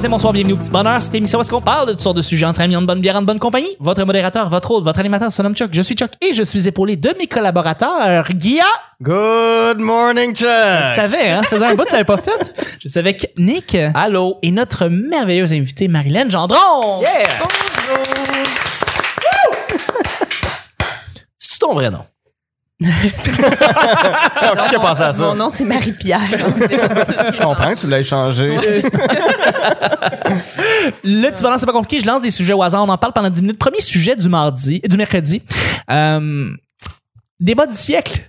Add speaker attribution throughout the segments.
Speaker 1: matin, bonsoir, bienvenue au Petit Bonheur. Cette émission où est-ce qu'on parle de toutes sortes de sujets entre amis, en bonne bière, en bonne compagnie. Votre modérateur, votre hôte, votre animateur se nomme Chuck. Je suis Chuck et je suis épaulé de mes collaborateurs, Guilla.
Speaker 2: Good morning, Chuck!
Speaker 1: Je savais, hein, je faisais un bout, tu l'avais pas fait. Je suis avec Nick. Allô. Et notre merveilleuse invitée, Marilyn Gendron.
Speaker 2: Yeah!
Speaker 3: C'est ton vrai nom.
Speaker 2: qui a pensé à ça?
Speaker 4: Mon nom, c'est Marie-Pierre.
Speaker 2: Je comprends que tu l'as
Speaker 4: Euh,
Speaker 2: changé.
Speaker 1: Le petit bonheur, c'est pas compliqué. Je lance des sujets au hasard. On en parle pendant 10 minutes. Premier sujet du mardi, du mercredi. Euh, débat du siècle.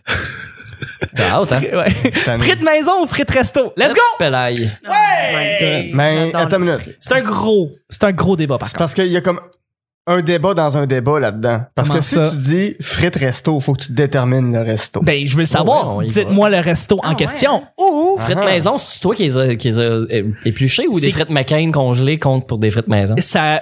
Speaker 3: T'es out, hein?
Speaker 1: Ouais.
Speaker 2: Ça me-
Speaker 1: Frites maison ou frites resto? Let's go!
Speaker 3: Pelaille.
Speaker 2: Mais attends une minute.
Speaker 1: C'est un gros, c'est un gros débat par
Speaker 2: C'est
Speaker 1: contre.
Speaker 2: parce qu'il y a comme un débat dans un débat là-dedans. Parce
Speaker 1: Comment
Speaker 2: que si
Speaker 1: ça?
Speaker 2: tu dis frites resto, faut que tu détermines le resto.
Speaker 1: Ben, je veux le savoir.
Speaker 3: ouais, on y
Speaker 1: Dites-moi le resto en
Speaker 4: Ah ouais, hein?
Speaker 1: question.
Speaker 3: Ouh!
Speaker 2: Ah
Speaker 3: Frites
Speaker 2: ah.
Speaker 3: maison, c'est toi qui les as, qui les as, euh, épluchées ou
Speaker 1: C'est-
Speaker 3: des frites McCain congelées comptent pour des frites maison?
Speaker 1: Ça,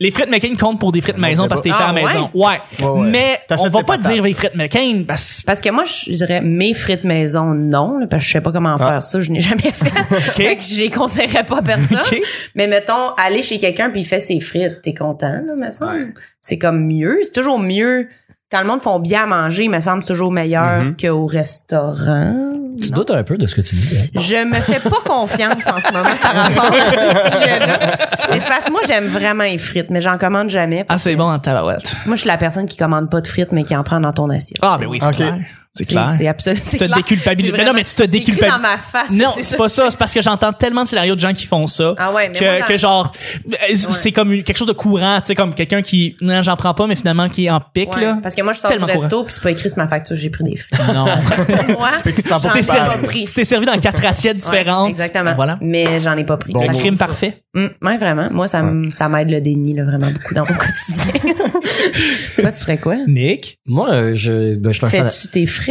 Speaker 1: les frites McCain comptent pour des frites maison parce que t'es fait
Speaker 4: Ah,
Speaker 1: à la
Speaker 4: ouais?
Speaker 1: maison. Ouais.
Speaker 2: Ouais, ouais.
Speaker 1: Mais
Speaker 2: T'achètes
Speaker 1: on va
Speaker 2: tes
Speaker 1: pas
Speaker 2: patates.
Speaker 1: dire les frites McCain Ben, parce
Speaker 4: Parce que moi, je dirais mes frites maison, non, là, parce que je sais pas
Speaker 2: Ah.
Speaker 4: comment faire ça, je n'ai jamais fait. Fait que j'y conseillerais pas à personne.
Speaker 1: Ok.
Speaker 4: Mais mettons, aller chez quelqu'un puis il fait ses frites, t'es content, là, me semble. C'est comme mieux. C'est toujours mieux. Quand le monde font bien à manger, me semble c'est toujours meilleur
Speaker 2: Mm-hmm.
Speaker 4: qu'au restaurant.
Speaker 3: Tu doutes un peu de ce que tu dis. hein?
Speaker 4: Je me fais pas confiance en ce moment par rapport à ce sujet-là. Mais c'est parce que moi, j'aime vraiment les frites, mais j'en commande jamais.
Speaker 1: Ah, c'est bon en tabarouette.
Speaker 4: Moi, je suis la personne qui commande pas de frites, mais qui en prend dans ton assiette.
Speaker 1: Ah, mais oui, c'est
Speaker 2: Ok.
Speaker 1: clair. C'est clair.
Speaker 4: C'est absolument.
Speaker 1: te déculpabilises. Mais non, mais tu te déculpabilises.
Speaker 4: dans ma face.
Speaker 1: Non,
Speaker 4: c'est
Speaker 1: c'est
Speaker 4: ça.
Speaker 1: pas ça. C'est parce que j'entends tellement de scénarios de gens qui font ça.
Speaker 4: Ah ouais, mais
Speaker 1: que,
Speaker 4: moi, dans-
Speaker 1: que genre, euh, c'est comme une- quelque chose de courant, tu sais, comme quelqu'un qui, non, j'en prends pas, mais finalement qui en pique,
Speaker 4: Ouais,
Speaker 1: là.
Speaker 4: Parce que moi, je sors du
Speaker 1: Tellement courant.
Speaker 4: resto, puis c'est pas écrit sur ma facture, j'ai pris des frites.
Speaker 1: Non.
Speaker 4: moi,
Speaker 2: t'en
Speaker 4: j'en
Speaker 2: portes
Speaker 4: ai
Speaker 2: pas.
Speaker 4: pas pris.
Speaker 1: C'était servi dans quatre assiettes différentes.
Speaker 4: Ouais, exactement.
Speaker 1: Voilà.
Speaker 4: Mais j'en ai pas pris.
Speaker 2: Bon
Speaker 4: Ça
Speaker 1: Le
Speaker 2: mot.
Speaker 1: crime parfait.
Speaker 4: Mm, ouais, vraiment. Moi, ça m- ça m'aide le déni, là, vraiment beaucoup dans mon quotidien. Toi, tu ferais quoi?
Speaker 1: Nick.
Speaker 3: Moi, euh, je, ben, je suis un fan.
Speaker 4: Fais-tu tes frites?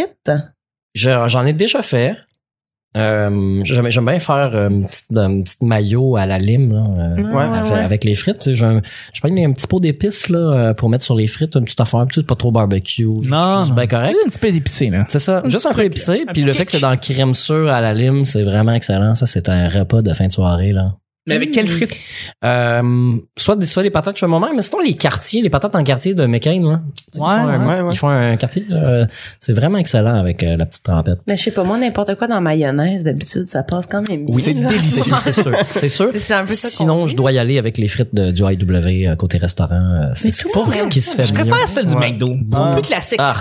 Speaker 3: Je- J'en ai déjà fait. Euh, j'aime j'aime bien faire euh, une petite, euh, une petite maillot à la lime là, euh,
Speaker 4: Ouais,
Speaker 2: ouais,
Speaker 3: avec,
Speaker 4: ouais.
Speaker 3: avec les frites. J'ai un- Je prends un petit pot d'épices là, euh, pour mettre sur les frites, une petite affaire, tu sais, pas trop barbecue.
Speaker 1: Non.
Speaker 3: C'est bien correct.
Speaker 1: un petit peu épicé, là.
Speaker 3: C'est ça, juste un peu
Speaker 1: truc,
Speaker 3: épicé,
Speaker 1: un
Speaker 3: puis
Speaker 1: petit
Speaker 3: le fait
Speaker 1: kick.
Speaker 3: que c'est dans le crème sûre à la lime, c'est vraiment excellent. Ça, c'est un repas de fin de soirée, là.
Speaker 1: Mais avec quelle frite?
Speaker 3: Euh, soit, des, soit les patates que je fais moi-même, mais sinon les quartiers, les patates en quartier de McCain, là. Tu sais,
Speaker 1: Ouais,
Speaker 3: ils, font un,
Speaker 2: ouais, ouais.
Speaker 3: ils font un quartier, euh, c'est vraiment excellent avec euh, la petite trompette.
Speaker 4: Mais je sais pas, moi, n'importe quoi dans mayonnaise, d'habitude, ça passe quand même bien.
Speaker 1: c'est
Speaker 4: là.
Speaker 1: délicieux.
Speaker 3: C'est sûr, c'est sûr.
Speaker 4: C'est- c'est un peu ça qu'on
Speaker 3: Sinon,
Speaker 4: dit,
Speaker 3: je dois y aller avec les frites de- du IW euh, côté restaurant. euh, c'est
Speaker 4: tout le
Speaker 3: pas
Speaker 4: monde
Speaker 3: ce
Speaker 4: aime
Speaker 3: qui
Speaker 4: ça.
Speaker 3: se fait
Speaker 1: Je
Speaker 3: mieux.
Speaker 1: préfère celle du
Speaker 2: Ouais.
Speaker 1: McDo.
Speaker 2: Ouais.
Speaker 1: Plus classique.
Speaker 3: Ah,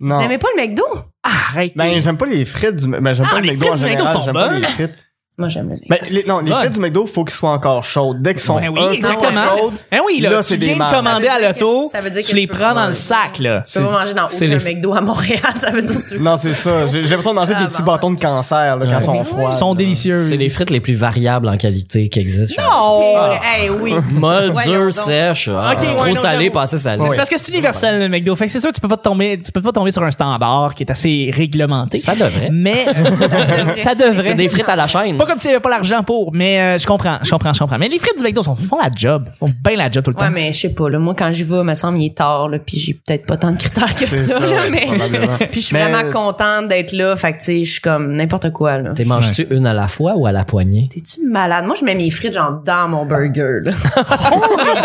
Speaker 4: Vous
Speaker 2: Non.
Speaker 4: aimez pas le McDo?
Speaker 1: Arrête.
Speaker 2: Ben, j'aime pas les frites du... Ben, j'aime
Speaker 1: Ah,
Speaker 2: pas le
Speaker 1: les
Speaker 2: McDo en
Speaker 1: frites du McDo
Speaker 2: général.
Speaker 1: sont
Speaker 2: J'aime pas
Speaker 1: bonnes.
Speaker 2: les frites.
Speaker 4: Moi, j'aime le McDo.
Speaker 2: Ben, les- non, les
Speaker 1: Bonnes.
Speaker 2: frites du McDo, faut qu'ils soient encore chaudes. Dès qu'ils sont
Speaker 1: Ben oui,
Speaker 2: hot,
Speaker 1: exactement.
Speaker 2: chaudes,
Speaker 1: Hein oui, là,
Speaker 2: Là,
Speaker 1: tu
Speaker 2: c'est des
Speaker 1: viens de
Speaker 2: marques.
Speaker 1: commander
Speaker 4: Ça
Speaker 1: à
Speaker 4: veut dire
Speaker 1: l'auto,
Speaker 4: que- ça veut dire
Speaker 1: tu
Speaker 4: que
Speaker 1: les
Speaker 4: tu peux
Speaker 1: prends dans
Speaker 4: pas-
Speaker 1: le sac, là.
Speaker 4: Tu peux pas manger dans
Speaker 3: c'est
Speaker 4: aucun
Speaker 3: les-
Speaker 4: McDo à Montréal, ça veut dire que tu veux
Speaker 2: Non, c'est ça. J'ai j'ai l'impression de manger
Speaker 4: Ah,
Speaker 2: des petits
Speaker 4: bon.
Speaker 2: bâtons de cancer là, quand
Speaker 3: Ouais.
Speaker 2: ils sont froids.
Speaker 1: Ils sont délicieux.
Speaker 3: C'est les frites les plus variables en qualité qui existent.
Speaker 1: Oh!
Speaker 4: C'est vrai. Hey, oui.
Speaker 3: Molle,
Speaker 4: Voyons
Speaker 3: dure,
Speaker 4: donc.
Speaker 3: sèche, ah,
Speaker 1: Ok, ouais,
Speaker 3: trop
Speaker 1: non,
Speaker 3: salé,
Speaker 1: j'avoue.
Speaker 3: pas assez salé.
Speaker 2: Ouais.
Speaker 1: C'est parce que c'est universel, le McDo. Fait que c'est sûr, tu peux pas te tomber, tu peux pas tomber sur un standard qui est assez réglementé.
Speaker 3: Ça devrait.
Speaker 1: Mais, ça
Speaker 3: C'est
Speaker 1: devrait.
Speaker 3: des frites à la chaîne.
Speaker 1: Pas comme s'il y avait pas l'argent pour, mais euh, je comprends, je comprends, je comprends. Mais les frites du McDo sont, font la job. Font bien la job tout le
Speaker 4: Ouais,
Speaker 1: temps.
Speaker 4: mais je sais pas, là, moi, quand j'y vais, me semble, il est tard, là, puis j'ai peut-être pas tant de critères que
Speaker 2: C'est
Speaker 4: ça,
Speaker 2: ça,
Speaker 4: là,
Speaker 2: ouais,
Speaker 4: mais...
Speaker 2: probablement.
Speaker 4: puis je suis
Speaker 2: Mais-
Speaker 4: vraiment contente d'être là, fait que, tu sais, je suis comme n'importe quoi, là.
Speaker 3: T'es manges-tu une à la fois ou à la poignée?
Speaker 4: T'es-tu malade? Moi, je mets mes frites, genre, dans mon burger, là. Pour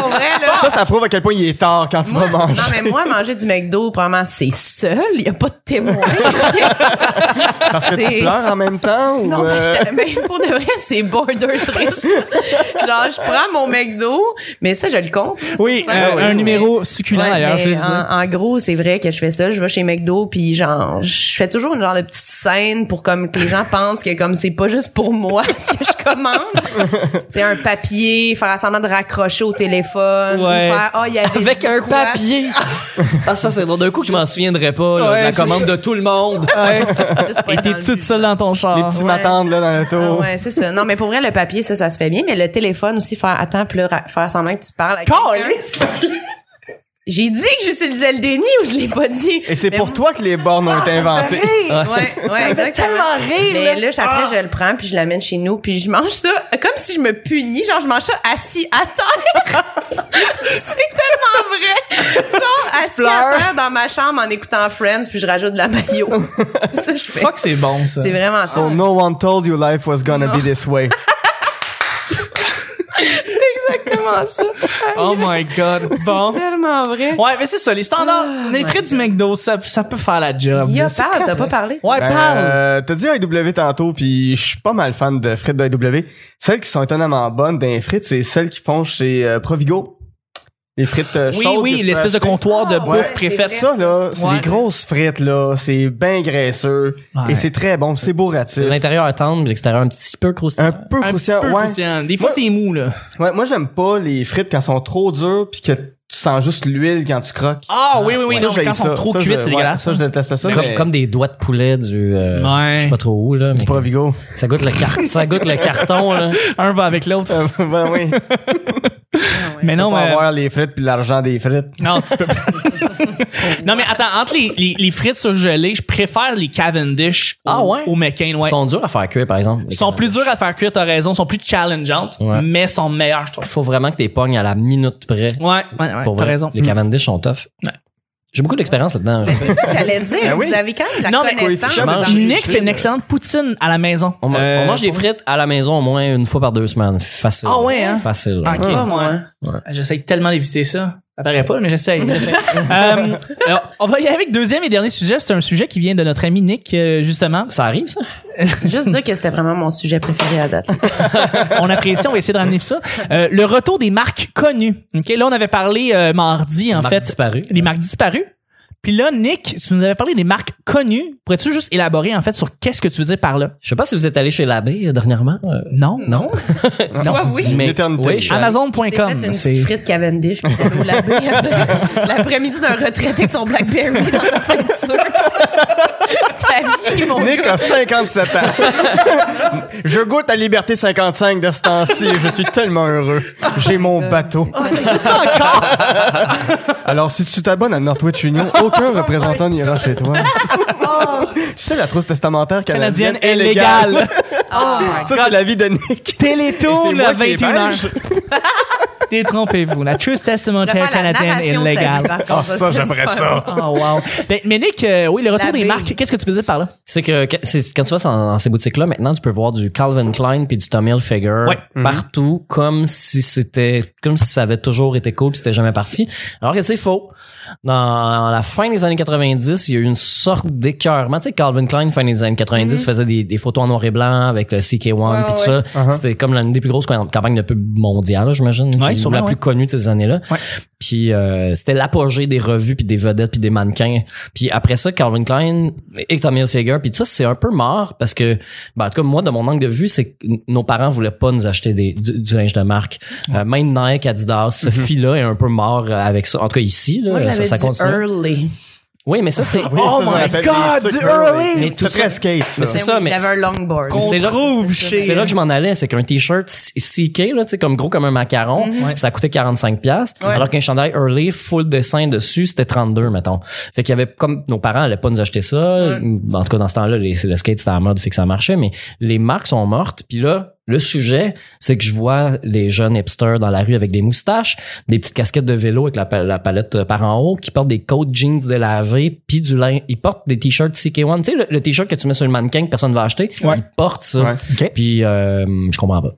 Speaker 4: vrai, là.
Speaker 2: Oh, Ça, ça prouve à quel point il est tard quand tu
Speaker 4: Moi,
Speaker 2: vas manger.
Speaker 4: Non, mais moi, manger du McDo, probablement, c'est seul. Il n'y a pas de témoin. Parce
Speaker 2: Que tu pleures en même temps ou...
Speaker 4: Non, mais,
Speaker 2: euh,
Speaker 4: je t'a- mais pour de vrai, c'est border triste. Genre, je prends mon McDo, mais ça, je le compte.
Speaker 1: Oui,
Speaker 4: Ça,
Speaker 1: euh,
Speaker 4: oui,
Speaker 1: un
Speaker 4: mais-
Speaker 1: numéro succulent
Speaker 4: Ouais,
Speaker 1: d'ailleurs.
Speaker 4: mais
Speaker 1: je veux dire.
Speaker 4: en, en gros, c'est vrai que je fais ça. Je vais chez McDo, puis genre, je fais toujours une genre de petite scène pour comme que les gens pensent que comme c'est pas juste pour moi ce que je commande. c'est un papier, faire semblant de raccrocher au téléphone, ou
Speaker 1: Ouais.
Speaker 4: faire ah il y avait
Speaker 3: Avec
Speaker 4: dit
Speaker 3: un
Speaker 4: quoi.
Speaker 3: papier. ah, ça, c'est drôle. D'un coup, que je m'en souviendrai pas, là,
Speaker 1: Ouais,
Speaker 3: de la
Speaker 1: c'est
Speaker 3: commande de tout le monde.
Speaker 4: Juste pour
Speaker 1: Et
Speaker 4: être
Speaker 1: t'es
Speaker 4: dans le
Speaker 1: toute
Speaker 4: but.
Speaker 1: seule dans ton
Speaker 2: Les
Speaker 1: char.
Speaker 2: petits
Speaker 4: Ouais.
Speaker 2: m'attendent là dans le
Speaker 4: Ah
Speaker 2: tour.
Speaker 4: ouais, c'est ça. Non, mais pour vrai, le papier, ça, ça se fait bien. Mais le téléphone aussi, faire attends, puis là, ra- faire semblant que tu parles. à quelqu'un. J'ai dit que j'utilisais le déni ou je l'ai pas dit.
Speaker 2: Et c'est
Speaker 4: Mais Ah,
Speaker 2: pour toi que les bornes ont été inventées.
Speaker 4: Ouais, ouais, exactement. Mais là, je- après, je le prends, puis je l'amène chez nous, puis je mange ça comme si je me punis. Genre, je mange ça assis à terre. c'est tellement vrai. Genre, assis à
Speaker 2: pleures.
Speaker 4: terre dans ma chambre en écoutant Friends, puis je rajoute de la mayo. C'est ça que je fais.
Speaker 1: Fuck, c'est bon, ça.
Speaker 4: C'est vraiment ça.
Speaker 2: So no one told you life was gonna
Speaker 4: Non.
Speaker 2: be this way.
Speaker 4: tellement ça.
Speaker 1: Oh my god. Bon.
Speaker 4: tellement vrai.
Speaker 1: Ouais, mais c'est ça, les standards. les frites du McDo, ça, ça peut faire la
Speaker 3: Ah,
Speaker 1: job.
Speaker 4: Guilla,
Speaker 1: C'est
Speaker 4: Oh parle, t'as
Speaker 1: correct.
Speaker 4: pas parlé.
Speaker 1: Ouais,
Speaker 2: Ben,
Speaker 1: parle.
Speaker 2: euh, T'as dit IW tantôt, puis je suis pas mal fan de frites d'IW. Celles qui sont étonnamment bonnes d'un frites, c'est celles qui font chez euh, Provigo. Les frites euh,
Speaker 1: oui,
Speaker 2: chaudes que
Speaker 1: oui,
Speaker 2: tu peux
Speaker 1: l'espèce de
Speaker 2: acheter.
Speaker 1: comptoir de
Speaker 4: Ah,
Speaker 1: bouffe
Speaker 4: ouais,
Speaker 1: préfète.
Speaker 4: c'est
Speaker 2: Ça, là, c'est
Speaker 1: Ouais.
Speaker 2: des grosses frites, là. C'est bien graisseux.
Speaker 1: Ouais.
Speaker 2: Et c'est très bon, c'est beau ratif.
Speaker 3: C'est l'intérieur tendre, puis l'extérieur un petit peu
Speaker 2: Un
Speaker 3: croustillant.
Speaker 2: peu
Speaker 1: Un petit
Speaker 2: croustillant.
Speaker 1: peu
Speaker 2: ouais.
Speaker 1: croustillant. Des fois,
Speaker 2: Moi-
Speaker 1: c'est mou, là.
Speaker 2: Ouais, moi, j'aime pas les frites quand elles sont trop dures puis que tu sens juste l'huile quand tu croques.
Speaker 1: Ah, oui, oui, oui.
Speaker 2: Ça,
Speaker 1: non,
Speaker 2: j'haïs
Speaker 1: quand elles sont
Speaker 2: ça.
Speaker 1: trop
Speaker 2: Ça, je-
Speaker 1: cuites, c'est
Speaker 2: ouais,
Speaker 1: dégueulasse. hein.
Speaker 2: Ça, je déteste ça.
Speaker 3: Comme,
Speaker 2: mais-
Speaker 3: comme des doigts de poulet du, euh,
Speaker 1: Ouais.
Speaker 3: je sais pas trop où, là, mais
Speaker 2: du Provigo.
Speaker 3: ça goûte le car- ça goûte le carton, là.
Speaker 1: Un va avec l'autre.
Speaker 2: ben oui.
Speaker 1: Mais non, euh,
Speaker 2: Non, pas
Speaker 1: mais...
Speaker 2: avoir les frites puis l'argent des frites.
Speaker 1: Non, tu peux pas. non, mais attends, entre les, les, les frites surgelées, je préfère les Cavendish au,
Speaker 3: Ah ouais?
Speaker 1: au McCain, ouais.
Speaker 3: Ils sont durs à faire cuire, par exemple.
Speaker 1: Ils sont plus durs à faire cuire, t'as raison, sont plus challengeantes,
Speaker 3: Ouais.
Speaker 1: mais sont meilleurs, je trouve.
Speaker 3: Faut vraiment que t'es pognes à la minute près.
Speaker 1: Ouais, ouais, ouais,
Speaker 3: Pour
Speaker 1: t'as
Speaker 3: vrai.
Speaker 1: raison. Mm.
Speaker 3: Les Cavendish sont tough. J'ai beaucoup d'expérience là-dedans.
Speaker 4: C'est ça que j'allais dire.
Speaker 2: Ben oui.
Speaker 4: Vous avez quand même la
Speaker 1: Non, mais-
Speaker 4: connaissance.
Speaker 2: Je
Speaker 4: dans
Speaker 3: mange-
Speaker 4: les
Speaker 1: Nick fait
Speaker 4: frites.
Speaker 1: une excellente poutine à la maison.
Speaker 3: On, ma-
Speaker 1: Euh,
Speaker 3: on mange des frites à la maison au moins une fois par deux semaines. Facile.
Speaker 1: Ah ouais, hein?
Speaker 3: Facile.
Speaker 1: Ok,
Speaker 4: Pas moi.
Speaker 1: ouais. J'essaye tellement d'éviter ça. Ça paraît pas, mais j'essaye. j'essaye. Euh, alors, on va y aller avec deuxième et dernier sujet. C'est un sujet qui vient de notre ami Nick, euh, justement.
Speaker 3: Ça arrive, ça?
Speaker 4: Juste dire que c'était vraiment mon sujet préféré à date.
Speaker 1: on apprécie, on va essayer de ramener ça. Euh, le retour des marques connues. Ok, là on avait parlé euh, mardi en
Speaker 3: Marque
Speaker 1: fait,
Speaker 3: disparue.
Speaker 1: les marques disparues. Puis là, Nick, tu nous avais parlé des marques connues. Pourrais-tu juste élaborer en fait sur qu'est-ce que tu veux dire par là
Speaker 3: Je sais pas si vous êtes allé chez l'abbé euh, dernièrement. euh,
Speaker 1: Non.
Speaker 4: Hmm.
Speaker 3: non?
Speaker 4: Toi, oui.
Speaker 3: Mais,
Speaker 2: L'éternité.
Speaker 3: oui, je
Speaker 4: C'est
Speaker 3: suis allé-
Speaker 4: fait une
Speaker 1: Amazon.com.
Speaker 4: petite frite Cavendish, puis t'allais au labé après- l'après-midi d'un retraité avec son Blackberry dans sa ceinture. Ta vie, mon
Speaker 2: Nick
Speaker 4: gars.
Speaker 2: a 57 ans. je goûte à Liberté 55 de ce temps-ci. Je suis tellement heureux. J'ai mon bateau.
Speaker 1: Euh,
Speaker 4: Oh,
Speaker 1: C'est ça encore.
Speaker 2: Alors, si tu t'abonnes à Northwich Union, aucun représentant n'ira chez toi.
Speaker 1: Oh.
Speaker 2: tu sais, la trousse testamentaire canadienne,
Speaker 1: Canadienne est légale.
Speaker 4: Oh my
Speaker 2: Ça, c'est la vie de Nick.
Speaker 1: Télétour
Speaker 2: C'est
Speaker 1: le
Speaker 2: moi qui ai pêche.
Speaker 1: 21h. Détrompez-vous. La truth
Speaker 4: Je vais
Speaker 1: testamentaire
Speaker 4: faire la
Speaker 1: canadienne est
Speaker 4: narration de sa vie,
Speaker 1: légale.
Speaker 4: par contre.
Speaker 2: Ah, ça,
Speaker 4: serait
Speaker 2: j'aimerais
Speaker 4: super
Speaker 2: ça.
Speaker 4: bon.
Speaker 1: Oh wow. Ben, mais Nick, euh, oui, le retour
Speaker 4: La
Speaker 1: des
Speaker 4: bille.
Speaker 1: marques. Qu'est-ce que tu veux dire par là
Speaker 3: C'est que que- c'est- quand tu vas dans, dans ces boutiques-là, maintenant, tu peux voir du Calvin Klein puis du Tommy Hilfiger
Speaker 1: Ouais.
Speaker 3: partout, comme si c'était, comme si ça avait toujours été cool puis c'était jamais parti. Alors que c'est faux. Dans la fin des années 90, il y a eu une sorte d'écœurement. Tu sais, Calvin Klein, fin des années
Speaker 1: Mhm.
Speaker 3: 90, faisait des, des photos en noir et blanc avec le CK1
Speaker 4: Ouais,
Speaker 3: puis tout
Speaker 4: ouais.
Speaker 3: ça. C'était comme l'une des plus grosses campagnes de pub mondiale, là, j'imagine.
Speaker 1: Ouais,
Speaker 3: qui est
Speaker 1: sûrement,
Speaker 3: la
Speaker 1: ouais.
Speaker 3: plus connue de ces années-là.
Speaker 1: Ouais.
Speaker 3: Puis euh, c'était l'apogée des revues puis des vedettes puis des mannequins. Puis après ça, Calvin Klein et Tommy Hilfiger puis tout ça, c'est un peu mort parce que, ben, en tout cas moi de mon angle de vue, c'est que n- nos parents voulaient pas nous acheter des, du, du linge de marque. Euh, même Nike, Adidas, ce fil-là est un peu mort euh, avec ça. En tout cas ici, là,
Speaker 4: Moi,
Speaker 3: ça,
Speaker 4: j'avais
Speaker 3: ça
Speaker 4: dit
Speaker 3: continue.
Speaker 4: early.
Speaker 3: Oui, mais ça c'est.
Speaker 2: Oui,
Speaker 1: Oh
Speaker 2: ça, je
Speaker 1: my
Speaker 2: rappelle,
Speaker 1: God,
Speaker 2: les
Speaker 1: du
Speaker 2: trucs,
Speaker 1: early.
Speaker 2: oui.
Speaker 3: Mais tout
Speaker 2: C'est très
Speaker 3: ça-
Speaker 2: skate, ça.
Speaker 3: mais c'est ça,
Speaker 4: Ben oui,
Speaker 3: mais-
Speaker 4: J'avais un longboard.
Speaker 1: Qu'on
Speaker 3: c'est là-
Speaker 1: trouve chez.
Speaker 3: C'est là que je m'en allais, c'est qu'un t-shirt CK là, tu sais comme gros comme un macaron,
Speaker 1: Mhm.
Speaker 3: ça coûtait 45 pièces,
Speaker 4: Ouais.
Speaker 3: alors qu'un chandail Hurley full dessin dessus, c'était 32 mettons. Fait qu'il y avait comme nos parents allaient pas nous acheter ça, en tout cas dans ce temps-là les- le skate c'était à la mode, fait que ça marchait mais les marques sont mortes puis là le sujet, c'est que je vois les jeunes hipsters dans la rue avec des moustaches, des petites casquettes de vélo avec la, pa- la palette euh, par en haut, qui portent des coats jeans délavés, puis du lin. Ils portent des t-shirts CK1. Tu sais, le, le t-shirt que tu mets sur le mannequin que personne va acheter,
Speaker 1: Ouais.
Speaker 3: ils portent ça.
Speaker 2: Ouais.
Speaker 3: Puis euh, je comprends pas.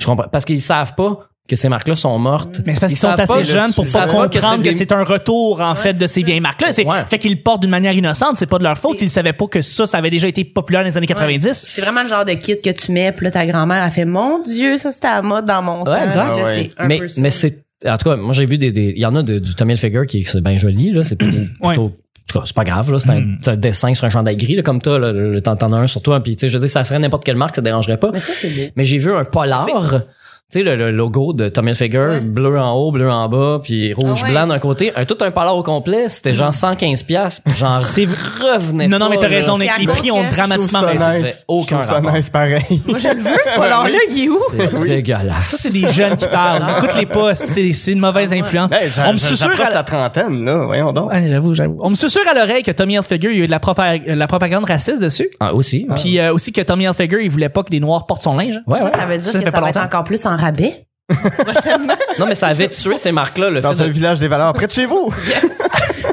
Speaker 3: Je comprends parce qu'ils savent pas que ces marques-là sont mortes.
Speaker 1: Mais c'est parce
Speaker 3: Ils
Speaker 1: qu'ils sont
Speaker 3: savent pas
Speaker 1: assez
Speaker 3: le
Speaker 1: jeunes pour
Speaker 3: sujet.
Speaker 1: pas
Speaker 3: Ils savent pas que
Speaker 1: comprendre
Speaker 3: c'est
Speaker 1: que
Speaker 3: des-
Speaker 1: c'est un retour, en fait, de ces vieilles marques-là. C'est,
Speaker 3: Ouais.
Speaker 1: Fait qu'ils le portent d'une manière innocente, c'est pas de leur faute.
Speaker 4: C'est-
Speaker 1: Ils savaient pas que ça, ça avait déjà été populaire dans les années 90.
Speaker 4: C'est vraiment le genre de kit que tu mets, puis là, ta grand-mère a fait Mon Dieu, ça c'était à mode dans mon
Speaker 3: Ouais,
Speaker 4: temps.
Speaker 3: exact.
Speaker 4: Là,
Speaker 2: Ah ouais.
Speaker 4: c'est un
Speaker 3: mais
Speaker 4: peu ça.
Speaker 3: mais c'est en tout cas, moi j'ai vu des des- il y en a de- du Tommy Hilfiger qui c'est bien joli là, c'est plutôt, plutôt- en tout cas, c'est pas grave là, c'est un,
Speaker 4: Mm.
Speaker 3: c'est un dessin sur un chandail gris là, comme toi là, le le- t'en t'en as un sur toi puis tu sais je veux dire ça serait n'importe quelle marque, ça dérangerait pas.
Speaker 4: Mais ça, c'est beau.
Speaker 3: Mais j'ai vu un polar. Tu sais, le, le logo de Tommy Hilfiger,
Speaker 4: Ouais.
Speaker 3: bleu en haut, bleu en bas, puis rouge,
Speaker 4: Ah ouais.
Speaker 3: blanc d'un côté. Un, tout un polar au complet, c'était genre 115 piastres. J'en revenais
Speaker 1: Non, non, mais
Speaker 3: pas,
Speaker 1: t'as
Speaker 3: là.
Speaker 1: raison,
Speaker 4: C'est
Speaker 1: Nick.
Speaker 4: à
Speaker 1: Les
Speaker 4: cause
Speaker 1: prix ont
Speaker 4: que-
Speaker 2: Je trouve
Speaker 1: dramatiquement
Speaker 2: ça
Speaker 1: baissé.
Speaker 3: ça fait
Speaker 2: nice.
Speaker 3: aucun
Speaker 2: Je trouve ça
Speaker 3: rapport.
Speaker 2: nice pareil.
Speaker 4: Moi, je le veux, ce polar-là, il est où?
Speaker 3: C'est dégueulasse.
Speaker 1: Ça, c'est des jeunes qui parlent. Écoute-les pas. C'est, c'est une mauvaise influence.
Speaker 2: Hey, j'a-
Speaker 1: on me
Speaker 2: j'a-
Speaker 1: susurre
Speaker 2: j'approche
Speaker 1: à
Speaker 2: la trentaine, là. Voyons donc.
Speaker 1: Ouais, j'avoue, j'avoue. On me susurre à l'oreille que Tommy Hilfiger, il y a eu de la, propa- euh, la propagande raciste dessus.
Speaker 3: Ah, aussi.
Speaker 1: Puis euh, aussi que Tommy Hilfiger, il voulait pas que des noirs portent son linge.
Speaker 3: Ouais,
Speaker 4: Ça,
Speaker 3: ouais.
Speaker 4: ça veut dire
Speaker 1: Ça fait
Speaker 4: que ça
Speaker 1: pas
Speaker 4: va être
Speaker 1: longtemps.
Speaker 4: encore plus en rabais. Prochainement.
Speaker 3: Non, mais ça avait tué ces marques-là, le
Speaker 2: Dans
Speaker 3: fait
Speaker 2: un
Speaker 3: de-
Speaker 2: village des valeurs près de chez vous.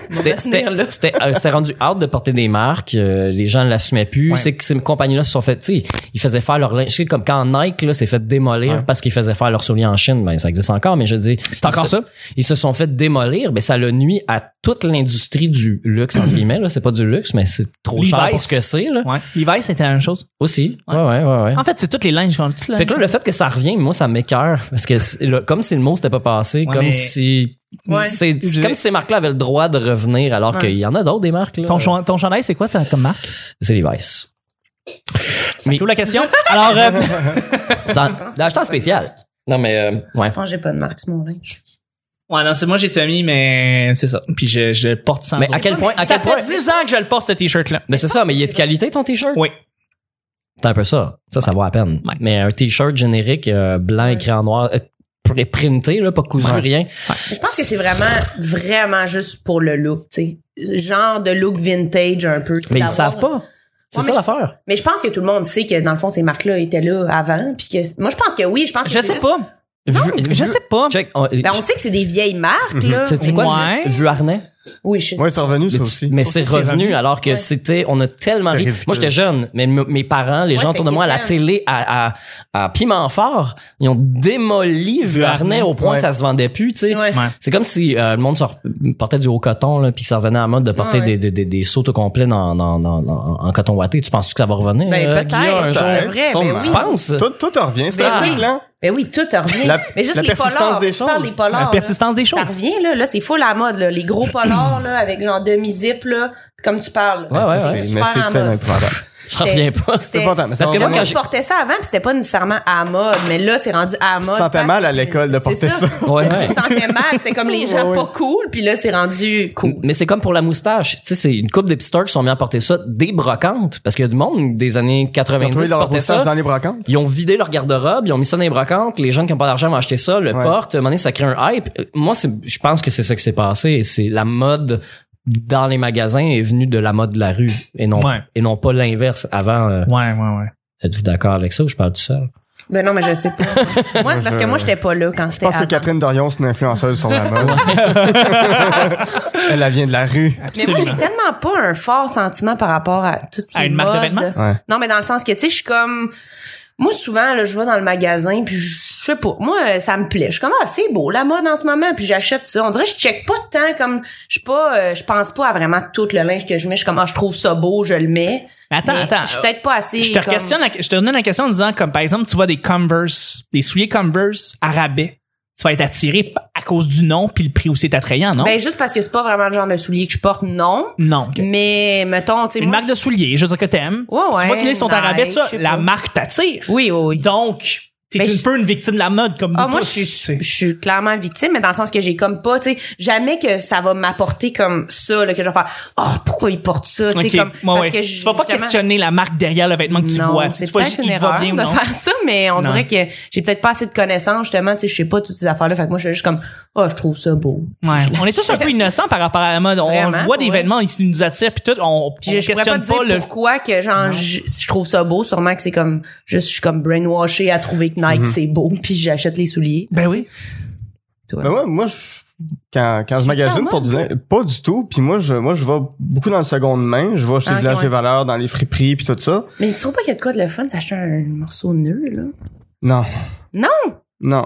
Speaker 3: C'était- C'était
Speaker 4: tenir là.
Speaker 3: c'était- euh, c'est rendu hard de porter des marques. euh, les gens ne l'assumaient plus.
Speaker 1: Ouais.
Speaker 3: C'est que ces compagnies-là se sont fait... tu sais, Ils faisaient faire leur linge. Je sais, Comme quand Nike là, s'est fait démolir
Speaker 2: Ouais.
Speaker 3: parce qu'ils faisaient faire leurs souliers en Chine. Ben, ça existe encore, mais je dis...
Speaker 1: C'est encore ça?
Speaker 3: Ils se sont fait démolir. mais ça le nuit à toute l'industrie du luxe, entre guillemets. là. C'est pas du luxe, mais c'est trop cher pour
Speaker 1: Levi's.
Speaker 3: ce que c'est. là.
Speaker 1: Ouais. Levi's, c'était la même chose.
Speaker 3: Aussi.
Speaker 1: Ouais.
Speaker 3: Ouais, ouais, ouais. ouais.
Speaker 1: En fait, c'est toutes les linges qu'on toutes les
Speaker 3: Fait que là, le fait que ça revient, moi, ça m'écœure. Parce que c'est- le- comme si le mot s'était pas passé,
Speaker 1: Ouais,
Speaker 3: comme
Speaker 1: mais-
Speaker 3: si.
Speaker 4: Ouais.
Speaker 3: C'est c'est
Speaker 1: Je-
Speaker 3: comme si ces marques-là avaient le droit de revenir alors
Speaker 4: Ouais.
Speaker 3: qu'il y en a d'autres des marques. Là.
Speaker 1: Ton, chan- ton chandail, c'est quoi t'as comme marque?
Speaker 3: C'est Levi's.
Speaker 1: C'est la question. Alors, euh,
Speaker 3: C'est en- c'est acheté en spécial. Non, mais. euh, ouais.
Speaker 4: Je pense que j'ai pas de marque sur mon linge.
Speaker 1: ouais, non, c'est moi, j'ai Tommy, mais c'est ça. Puis je, je le porte sans.
Speaker 3: Mais à quel point. À
Speaker 1: ça
Speaker 3: quel point
Speaker 1: fait 10 ans que je le porte, ce t-shirt-là.
Speaker 3: mais c'est ça, mais il est de qualité ton t-shirt?
Speaker 1: Oui.
Speaker 3: C'est un peu ça. Ça, ça vaut à peine.
Speaker 1: Ouais.
Speaker 3: Mais un t-shirt générique euh, blanc écrit en noir, euh, pré- printé, là, pas cousu,
Speaker 2: Ouais.
Speaker 3: rien.
Speaker 4: Je pense que c'est vraiment, vraiment juste pour le look, tu sais. Genre de look vintage un peu.
Speaker 3: Mais ils
Speaker 4: D'avoir-
Speaker 3: savent pas. C'est
Speaker 4: Ouais,
Speaker 3: ça
Speaker 4: mais-
Speaker 3: l'affaire.
Speaker 4: Mais je pense que tout le monde sait que dans le fond, ces marques-là étaient là avant. Puis que, moi, je pense que oui, je pense que
Speaker 1: Je
Speaker 4: c'est
Speaker 1: sais
Speaker 4: juste-
Speaker 1: pas.
Speaker 3: Vu-
Speaker 1: Je
Speaker 3: vu-
Speaker 1: sais pas.
Speaker 3: Check. on-
Speaker 4: Ben, on sait que c'est des vieilles marques, là.
Speaker 3: C'est c'est quoi?
Speaker 1: Ouais.
Speaker 3: Vu vu harnais?
Speaker 4: Oui, je sais.
Speaker 2: Ouais, c'est revenu, ça
Speaker 3: Mais-
Speaker 2: aussi.
Speaker 3: Mais
Speaker 1: Ça
Speaker 3: c'est
Speaker 1: aussi, c'est
Speaker 3: revenu
Speaker 1: revenu.
Speaker 3: alors que
Speaker 4: Ouais.
Speaker 3: c'était, on a tellement
Speaker 2: C'était
Speaker 3: ri.
Speaker 2: ridicule.
Speaker 3: Moi, j'étais jeune, mais m- mes parents, les
Speaker 4: Ouais,
Speaker 3: gens
Speaker 4: c'était
Speaker 3: autour de moi à la
Speaker 4: ridicule.
Speaker 3: télé, à, à, à Pimentfort, ils ont démoli Vuarnet au point
Speaker 2: Ouais.
Speaker 3: que ça se vendait plus, tu sais.
Speaker 4: Ouais.
Speaker 1: Ouais.
Speaker 3: C'est comme si euh, le monde se re- portait du haut coton là, puis ça revenait à la mode de porter
Speaker 4: Ah Ouais.
Speaker 3: des, des, des, des sauts au complet dans, dans, dans, dans- en coton ouaté. Tu penses que ça va revenir
Speaker 4: Ben,
Speaker 3: euh,
Speaker 4: peut-être,
Speaker 3: Guilla, un
Speaker 4: peut-être.
Speaker 3: jour?
Speaker 4: C'est vrai,
Speaker 2: Sûrement.
Speaker 4: ben oui.
Speaker 3: Tu penses?
Speaker 2: Toi, toi, t'en reviens. C'est
Speaker 4: Ben
Speaker 2: un
Speaker 4: oui.
Speaker 2: cycle, hein?
Speaker 4: Ben oui, tout revient.
Speaker 2: La-
Speaker 4: mais juste
Speaker 2: la
Speaker 4: les
Speaker 2: persistance
Speaker 4: polars.
Speaker 2: des
Speaker 4: je parle
Speaker 2: choses.
Speaker 4: des polars.
Speaker 1: La
Speaker 4: là.
Speaker 1: persistance des
Speaker 4: Ça
Speaker 1: choses.
Speaker 4: revient, là. Là, c'est full à la mode, là. Les gros polars, là, avec genre demi-zip, là. Comme tu parles.
Speaker 3: Ouais, ouais,
Speaker 2: Ça, c'est-
Speaker 4: C'est
Speaker 3: ouais.
Speaker 2: Mais
Speaker 4: super en
Speaker 2: c'est tellement
Speaker 4: mode.
Speaker 2: épouvantable.
Speaker 3: Ça revient pas.
Speaker 2: C'est important, mais ça
Speaker 4: Parce que
Speaker 2: revient.
Speaker 4: moi,
Speaker 3: quand
Speaker 4: quand je
Speaker 3: j'ai-
Speaker 4: portais ça avant, puis c'était pas nécessairement à la mode, mais là, c'est rendu à la mode.
Speaker 2: Tu sentais
Speaker 4: parce
Speaker 2: mal
Speaker 4: que
Speaker 2: à
Speaker 4: c'est-
Speaker 2: l'école de
Speaker 4: c'est
Speaker 2: porter ça.
Speaker 3: Ouais, ouais.
Speaker 4: Je sentais mal, c'était comme les gens
Speaker 2: Ouais, ouais.
Speaker 4: pas cool, puis là, c'est rendu cool.
Speaker 3: Mais c'est comme pour la moustache. Tu sais, c'est une coupe de qui sont mis à porter ça débroquante. Parce qu'il y a du monde des années
Speaker 2: Ils ont
Speaker 3: 90
Speaker 2: trouvé
Speaker 3: qui
Speaker 2: leur
Speaker 3: portait ça.
Speaker 2: moustache dans les brocantes.
Speaker 3: Ils ont vidé leur garde-robe, ils ont mis ça dans les brocantes, les jeunes qui n'ont pas d'argent vont acheter ça, le
Speaker 2: Ouais.
Speaker 3: porte, à un moment donné, ça crée un hype. Euh, Moi, c'est- je pense que c'est ça qui s'est passé. C'est la mode dans les magasins est venue de la mode de la rue et non,
Speaker 1: Ouais.
Speaker 3: et non pas l'inverse avant. euh,
Speaker 1: Ouais, ouais, ouais.
Speaker 3: Êtes-vous d'accord avec ça ou je parle tout seul?
Speaker 4: Ben non, mais je sais pas. Moi, parce que moi, j'étais pas là quand
Speaker 2: Je
Speaker 4: c'était
Speaker 2: pense que
Speaker 4: avant.
Speaker 2: Catherine Dorion, c'est une influenceuse sur la mode. Elle elle vient de la rue.
Speaker 4: Mais moi, j'ai
Speaker 1: Absolument.
Speaker 4: tellement pas un fort sentiment par rapport à tout ce qui
Speaker 1: À
Speaker 4: est
Speaker 1: une marque de
Speaker 4: mode.
Speaker 1: vêtements?
Speaker 2: Ouais.
Speaker 4: Non, mais dans le sens que, tu sais, je suis comme... Moi, souvent, là, je vais dans le magasin, puis je je sais pas. Moi, euh, ça me plaît. Je suis comme, ah, c'est beau, la mode en ce moment, puis j'achète ça. On dirait que je check pas tant, comme... Je suis pas... euh, je pense pas à vraiment tout le linge que je mets. Je suis comme, ah, je trouve ça beau, je le mets.
Speaker 1: Attends,
Speaker 4: Mais
Speaker 1: attends.
Speaker 4: Je suis peut-être pas assez...
Speaker 1: Je te,
Speaker 4: comme-
Speaker 1: questionne la- je te donne la question en disant, comme par exemple, tu vois des Converse, des souliers Converse à rabais. Tu vas être attiré p- à cause du nom puis le prix aussi est attrayant, non?
Speaker 4: Ben, juste parce que c'est pas vraiment le genre de soulier que je porte, non.
Speaker 1: non. ok.
Speaker 4: Mais, mettons, tu sais,
Speaker 1: Une
Speaker 4: moi,
Speaker 1: marque de souliers, je veux dire que t'aimes.
Speaker 4: Ouais, ouais,
Speaker 1: tu vois qu'ils sont à
Speaker 4: Nike,
Speaker 1: rabais, tout ça.
Speaker 4: je sais
Speaker 1: La
Speaker 4: pas.
Speaker 1: marque t'attire.
Speaker 4: je- Oui, oui, oui.
Speaker 1: Donc, t'es
Speaker 4: Ben,
Speaker 1: un
Speaker 4: je-
Speaker 1: peu une victime de la mode comme
Speaker 4: Ah,
Speaker 1: nous
Speaker 4: moi, je
Speaker 1: tous,
Speaker 4: suis,
Speaker 1: tu sais.
Speaker 4: je suis clairement victime, mais dans le sens que j'ai comme pas, tu sais, jamais que ça va m'apporter comme ça, là, que je vais faire, oh, pourquoi il porte ça, tu sais,
Speaker 1: Ok,
Speaker 4: comme,
Speaker 1: ouais,
Speaker 4: parce
Speaker 1: ouais.
Speaker 4: que
Speaker 1: tu vas pas
Speaker 4: justement-
Speaker 1: questionner la marque derrière le vêtement que tu
Speaker 4: non,
Speaker 1: vois.
Speaker 4: C'est
Speaker 1: Tu vois,
Speaker 4: peut-être
Speaker 1: il
Speaker 4: une
Speaker 1: va
Speaker 4: erreur
Speaker 1: bien ou
Speaker 4: de
Speaker 1: non.
Speaker 4: faire ça, mais on
Speaker 1: Non.
Speaker 4: dirait que j'ai peut-être pas assez de connaissances, justement, tu sais, je sais pas toutes ces affaires-là, fait que moi, je suis juste comme, oh, je trouve ça beau.
Speaker 1: Ouais. On est tous un peu innocents par rapport à la mode. On
Speaker 4: Vraiment,
Speaker 1: voit des
Speaker 4: ouais.
Speaker 1: vêtements, ils nous attirent puis tout. On, on
Speaker 4: Puis Je, je pourrais pas
Speaker 1: questionne
Speaker 4: te dire
Speaker 1: pas le
Speaker 4: pourquoi que genre je, je trouve ça beau, sûrement que c'est comme juste je suis comme brainwashée à trouver que Nike c'est beau, puis j'achète les souliers.
Speaker 1: Ben oui.
Speaker 2: Ben ouais, moi, je- quand, quand je
Speaker 4: Tu tiens
Speaker 2: magasine
Speaker 4: en
Speaker 2: pour du linge, pas du tout. Puis moi, je, moi, je vais beaucoup dans le seconde main. Je vais chez
Speaker 4: Ah, ok,
Speaker 2: Village
Speaker 4: ouais.
Speaker 2: des Valeurs, dans les friperies, puis tout ça.
Speaker 4: Mais tu trouves pas qu'il y a de quoi de le fun s'acheter un morceau nœud là
Speaker 2: Non.
Speaker 4: Non?
Speaker 2: Non.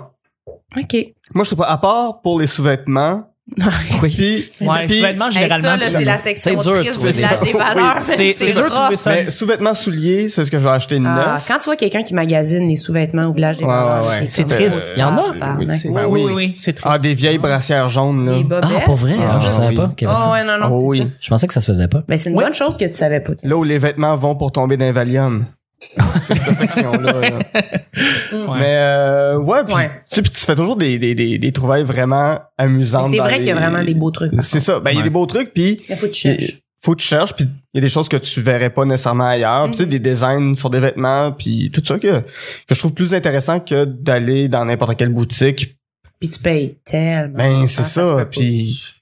Speaker 4: Ok.
Speaker 2: Moi, je sais pas, à part pour les sous-vêtements. Puis,
Speaker 1: Ouais,
Speaker 2: puis-
Speaker 1: sous-vêtements,
Speaker 4: Hey,
Speaker 1: généralement.
Speaker 4: ça, là,
Speaker 1: tu-
Speaker 4: c'est la section
Speaker 3: C'est dur de
Speaker 4: triste
Speaker 3: trouver
Speaker 4: du
Speaker 2: des
Speaker 4: village des
Speaker 2: gens.
Speaker 4: valeurs.
Speaker 2: Oui,
Speaker 1: c'est, c'est dur de
Speaker 4: rough.
Speaker 1: trouver ça.
Speaker 2: mais sous-vêtements, souliers, c'est ce que j'ai acheté
Speaker 4: Ah,
Speaker 2: neuf.
Speaker 4: quand tu vois quelqu'un qui magasine les sous-vêtements au village des
Speaker 2: Ouais,
Speaker 4: valeurs,
Speaker 2: ouais, ouais.
Speaker 1: C'est
Speaker 4: comme, ah,
Speaker 1: triste.
Speaker 3: Il y en a?
Speaker 4: tabarnak.
Speaker 2: Oui, c'est-
Speaker 1: Oui,
Speaker 2: Ben
Speaker 1: oui,
Speaker 2: oui.
Speaker 1: oui, c'est triste.
Speaker 2: Ah, des vieilles brassières jaunes, là.
Speaker 4: Les bobettes.
Speaker 3: Ah, pour vrai?
Speaker 4: Ah,
Speaker 3: je
Speaker 2: oui.
Speaker 3: savais pas qu'il y avait ça.
Speaker 4: ouais, non, non,
Speaker 2: Oh,
Speaker 4: c'est
Speaker 2: oui.
Speaker 4: ça.
Speaker 3: Je pensais que ça se faisait pas.
Speaker 4: Ben, c'est une
Speaker 1: Ouais.
Speaker 4: bonne chose que tu savais pas.
Speaker 2: Là où les vêtements vont pour tomber d'un Valium. c'est cette section-là. là.
Speaker 1: Ouais.
Speaker 2: Mais euh, ouais, puis,
Speaker 4: Mm. Ouais.
Speaker 2: tu sais, puis tu fais toujours des, des, des, des trouvailles vraiment
Speaker 4: Mais
Speaker 2: amusantes.
Speaker 4: C'est
Speaker 2: dans
Speaker 4: vrai
Speaker 2: les-
Speaker 4: qu'il y a vraiment des beaux trucs. par
Speaker 2: C'est ça. Ben, il y a
Speaker 1: Ouais.
Speaker 2: des beaux trucs, puis
Speaker 4: contre. Il faut que tu cherches.
Speaker 2: faut que tu cherches, puis il y a des choses que tu verrais pas nécessairement ailleurs. Puis, tu sais,
Speaker 4: Mm-hmm.
Speaker 2: des designs sur des vêtements, puis tout ça que, que je trouve plus intéressant que d'aller dans n'importe quelle boutique.
Speaker 4: Puis tu payes tellement.
Speaker 2: Ben,
Speaker 4: Ah,
Speaker 2: c'est
Speaker 4: se
Speaker 2: ça.
Speaker 4: peut pas.
Speaker 2: puis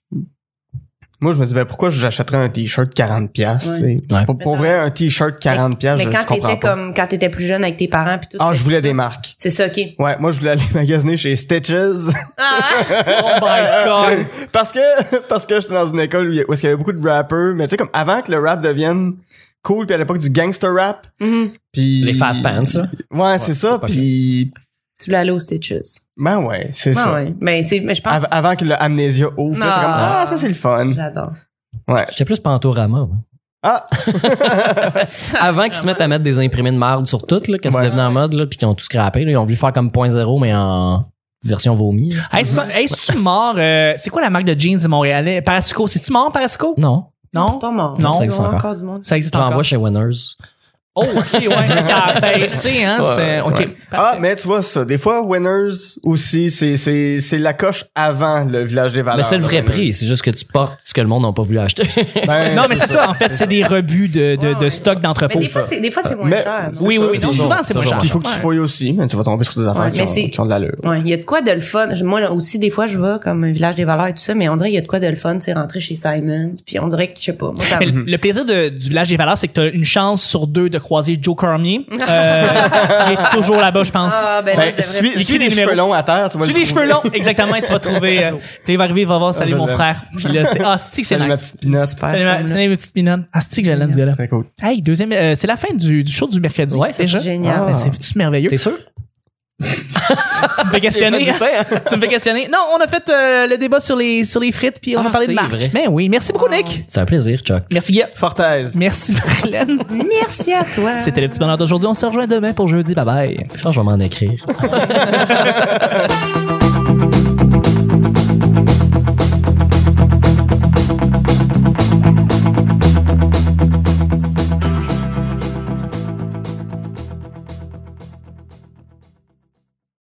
Speaker 2: Moi, je me dis, ben, pourquoi j'achèterais un t-shirt 40$? piastres, tu sais?
Speaker 3: Ouais.
Speaker 2: Pour, pour vrai, un t-shirt 40$, piastres,
Speaker 4: Mais
Speaker 2: je,
Speaker 4: quand
Speaker 2: je comprends
Speaker 4: t'étais
Speaker 2: pas.
Speaker 4: comme quand t'étais plus jeune avec tes parents puis tout.
Speaker 2: Ah,
Speaker 4: c'est-
Speaker 2: je voulais des marques.
Speaker 4: C'est ça, ok.
Speaker 2: Ouais, moi, je voulais aller magasiner chez Stitches.
Speaker 3: Oh my god!
Speaker 2: parce que, parce que j'étais dans une école où il y a- où est-ce qu'il y avait beaucoup de rappers. Mais tu sais, comme avant que le rap devienne cool, puis à l'époque du gangster rap.
Speaker 4: Mhm.
Speaker 2: Puis...
Speaker 3: Les fat pants, là.
Speaker 2: Ouais, c'est ça.
Speaker 3: pas
Speaker 2: Puis,
Speaker 4: Tu voulais aller aux Stitches.
Speaker 2: ben ouais, c'est
Speaker 4: Ah
Speaker 2: ça.
Speaker 4: ouais. Mais c'est, mais je pense.
Speaker 2: Av- avant que l'amnésia ouvre, là, c'est comme,
Speaker 4: Ah.
Speaker 2: ah, ça, c'est le fun.
Speaker 4: J'adore.
Speaker 2: Ouais.
Speaker 3: J'étais plus Pantorama. moi.
Speaker 2: Ah!
Speaker 3: Avant qu'ils se mettent à mettre des imprimés de marde sur tout, là, quand c'est
Speaker 2: Ouais.
Speaker 3: devenu en mode, là, puis qu'ils ont tout scrappé, là, ils ont voulu faire comme 0.0, mais en version vomi. là.
Speaker 1: Hey, ça- hey, c'est-tu mort? euh, c'est quoi la marque de jeans montréalais? Parasco, c'est-tu mort, Parasco?
Speaker 3: Non.
Speaker 4: C'est
Speaker 1: Non?
Speaker 4: pas mort.
Speaker 1: Non,
Speaker 4: Il y
Speaker 3: ça
Speaker 4: a
Speaker 3: existe encore.
Speaker 4: du monde.
Speaker 1: Ça existe
Speaker 3: Je l'envoie
Speaker 1: encore?
Speaker 3: chez Winners.
Speaker 1: Oh, OK, ouais. ça a baissé, hein? c'est- OK.
Speaker 2: Ouais.
Speaker 1: parfait.
Speaker 2: Ah, mais tu vois ça. Des fois, Winners aussi, c'est, c'est, c'est la coche avant le village des valeurs.
Speaker 3: mais c'est le
Speaker 2: là,
Speaker 3: vrai
Speaker 2: Winners.
Speaker 3: prix. C'est juste que tu portes ce que le monde n'a pas voulu acheter.
Speaker 2: Ben,
Speaker 1: Non, mais c'est ça, en fait, c'est des rebuts de, de,
Speaker 4: Ouais,
Speaker 1: de
Speaker 4: ouais.
Speaker 1: stock
Speaker 4: Mais
Speaker 1: d'entrepôt.
Speaker 4: des fois, c'est, des fois, c'est moins
Speaker 2: Euh, Mais-
Speaker 4: cher.
Speaker 2: c'est
Speaker 1: Oui,
Speaker 2: ça,
Speaker 1: oui, oui. Non,
Speaker 3: toujours,
Speaker 1: souvent, c'est moins
Speaker 3: toujours.
Speaker 1: cher.
Speaker 2: Puis il faut que tu fouilles aussi, mais tu vas tomber sur des affaires
Speaker 4: Ouais,
Speaker 2: qui,
Speaker 4: mais
Speaker 2: ont,
Speaker 4: c'est-
Speaker 2: qui ont de l'allure.
Speaker 1: Ben,
Speaker 4: Ouais, il y a de quoi de le fun. Je- Moi là, aussi, des fois, je vais comme un village des valeurs et tout ça, mais on dirait qu'il y a de quoi de le fun, c'est rentrer chez Simons. Puis on dirait que, je sais pas, moi, ça
Speaker 1: Mais le- le plaisir de- du village des valeurs, c'est que t'as une chance sur deux de croiser Joe Cormier. Euh, il est toujours là-bas, je pense.
Speaker 4: Ah, ben, là,
Speaker 2: Ben,
Speaker 4: je devrais.
Speaker 2: suis,
Speaker 1: plus-
Speaker 2: suis
Speaker 1: des
Speaker 2: les cheveux
Speaker 1: numéros.
Speaker 2: longs à terre, tu vas
Speaker 1: Tu
Speaker 2: le
Speaker 1: les
Speaker 2: trouver.
Speaker 1: cheveux longs, exactement, et tu vas trouver. euh, puis il va arriver, il va voir, salut
Speaker 2: je
Speaker 1: mon
Speaker 2: l'aime.
Speaker 1: frère. Puis là, c'est, ah, c'est que c'est
Speaker 2: Salut, ma
Speaker 1: nice.
Speaker 2: petite pinotte.
Speaker 4: Super,
Speaker 1: Salut
Speaker 4: ce
Speaker 1: ma,
Speaker 4: homme-là.
Speaker 1: salut, ma petite pinotte. Ah, c'est que je l'aime, ce gars-là.
Speaker 2: Très cool.
Speaker 1: Hey, deuxième, euh, c'est la fin du, du show du mercredi.
Speaker 3: Ouais, c'est
Speaker 1: déjà.
Speaker 4: génial.
Speaker 1: Ben, c'est c'est merveilleux.
Speaker 3: T'es sûr?
Speaker 1: Tu me fais questionner. tu me fais questionner. Non, on a fait euh, le débat sur les, sur les frites, puis on
Speaker 3: Ah,
Speaker 1: a parlé
Speaker 3: c'est
Speaker 1: de marque.
Speaker 3: vrai.
Speaker 1: Ben oui, merci beaucoup, Nick.
Speaker 3: C'est un plaisir, Chuck.
Speaker 1: Merci, Guillaume.
Speaker 2: Fortaise.
Speaker 1: Merci, Marilyn.
Speaker 4: Merci à toi.
Speaker 1: C'était le petit bonheur d'aujourd'hui. On se rejoint demain pour jeudi. Bye bye.
Speaker 3: Je pense que je vais m'en écrire.